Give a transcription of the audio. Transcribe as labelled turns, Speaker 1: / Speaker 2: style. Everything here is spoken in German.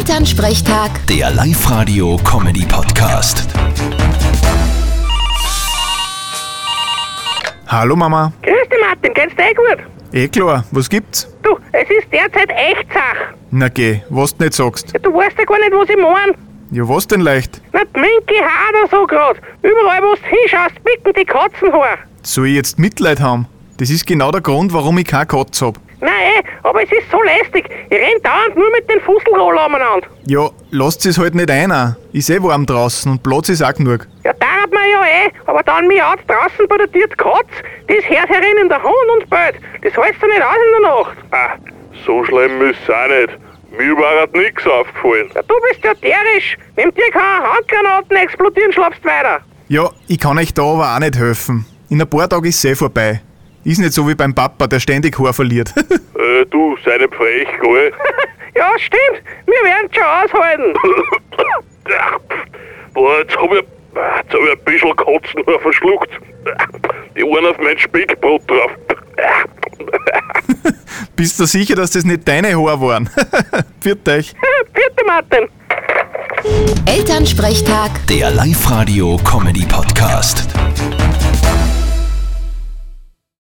Speaker 1: Elternsprechtag,
Speaker 2: Der Live-Radio-Comedy-Podcast.
Speaker 3: Hallo Mama.
Speaker 4: Grüß dich, Martin, geht's dir eh gut?
Speaker 3: Eh klar, was gibt's?
Speaker 4: Du, es ist derzeit echt Sache.
Speaker 3: Na geh, was du nicht sagst.
Speaker 4: Ja, Du weißt ja gar nicht, was ich meine.
Speaker 3: Ja, was denn leicht?
Speaker 4: Na, die Minke hader so grad. Überall, wo du hinschaust, bicken die Katzenhaar.
Speaker 3: Soll ich jetzt Mitleid haben? Das ist genau der Grund, warum ich keine Katze hab.
Speaker 4: Nein, eh, aber es ist so lästig. Ich renn dauernd nur mit den Fusselrollen umeinander.
Speaker 3: Ja, lasst es halt nicht ein. auch. Ist eh warm draußen und Platz ist auch genug.
Speaker 4: Ja, dauert mir ja eh, aber dann miaut draußen bei der Tür die Katz. Das hört herinnen der Hund und bellt. Das heißt doch nicht aus in der Nacht.
Speaker 5: Ah, so schlimm ist auch nicht. Mir war halt nix aufgefallen.
Speaker 4: Ja, du bist ja derisch. Nimm dir keine Handgranaten explodieren, schlappst weiter.
Speaker 3: Ja, ich kann euch da aber auch nicht helfen. In ein paar Tagen ist eh vorbei. Ist nicht so wie beim Papa, der ständig Haar verliert.
Speaker 5: Äh, du, sei nicht frech, gell?
Speaker 4: Ja, stimmt. Wir werden's schon aushalten.
Speaker 5: Ach, pff, Boah, jetzt hab ich, ah, jetzt hab ich ein bisschen Katzen verschluckt. Ah, Die waren auf mein Speckbrot drauf. Ah,
Speaker 3: Bist du sicher, dass das nicht deine Haar waren? Pfiat euch.
Speaker 4: Vierte Martin.
Speaker 1: Elternsprechtag.
Speaker 2: Der Live-Radio-Comedy-Podcast.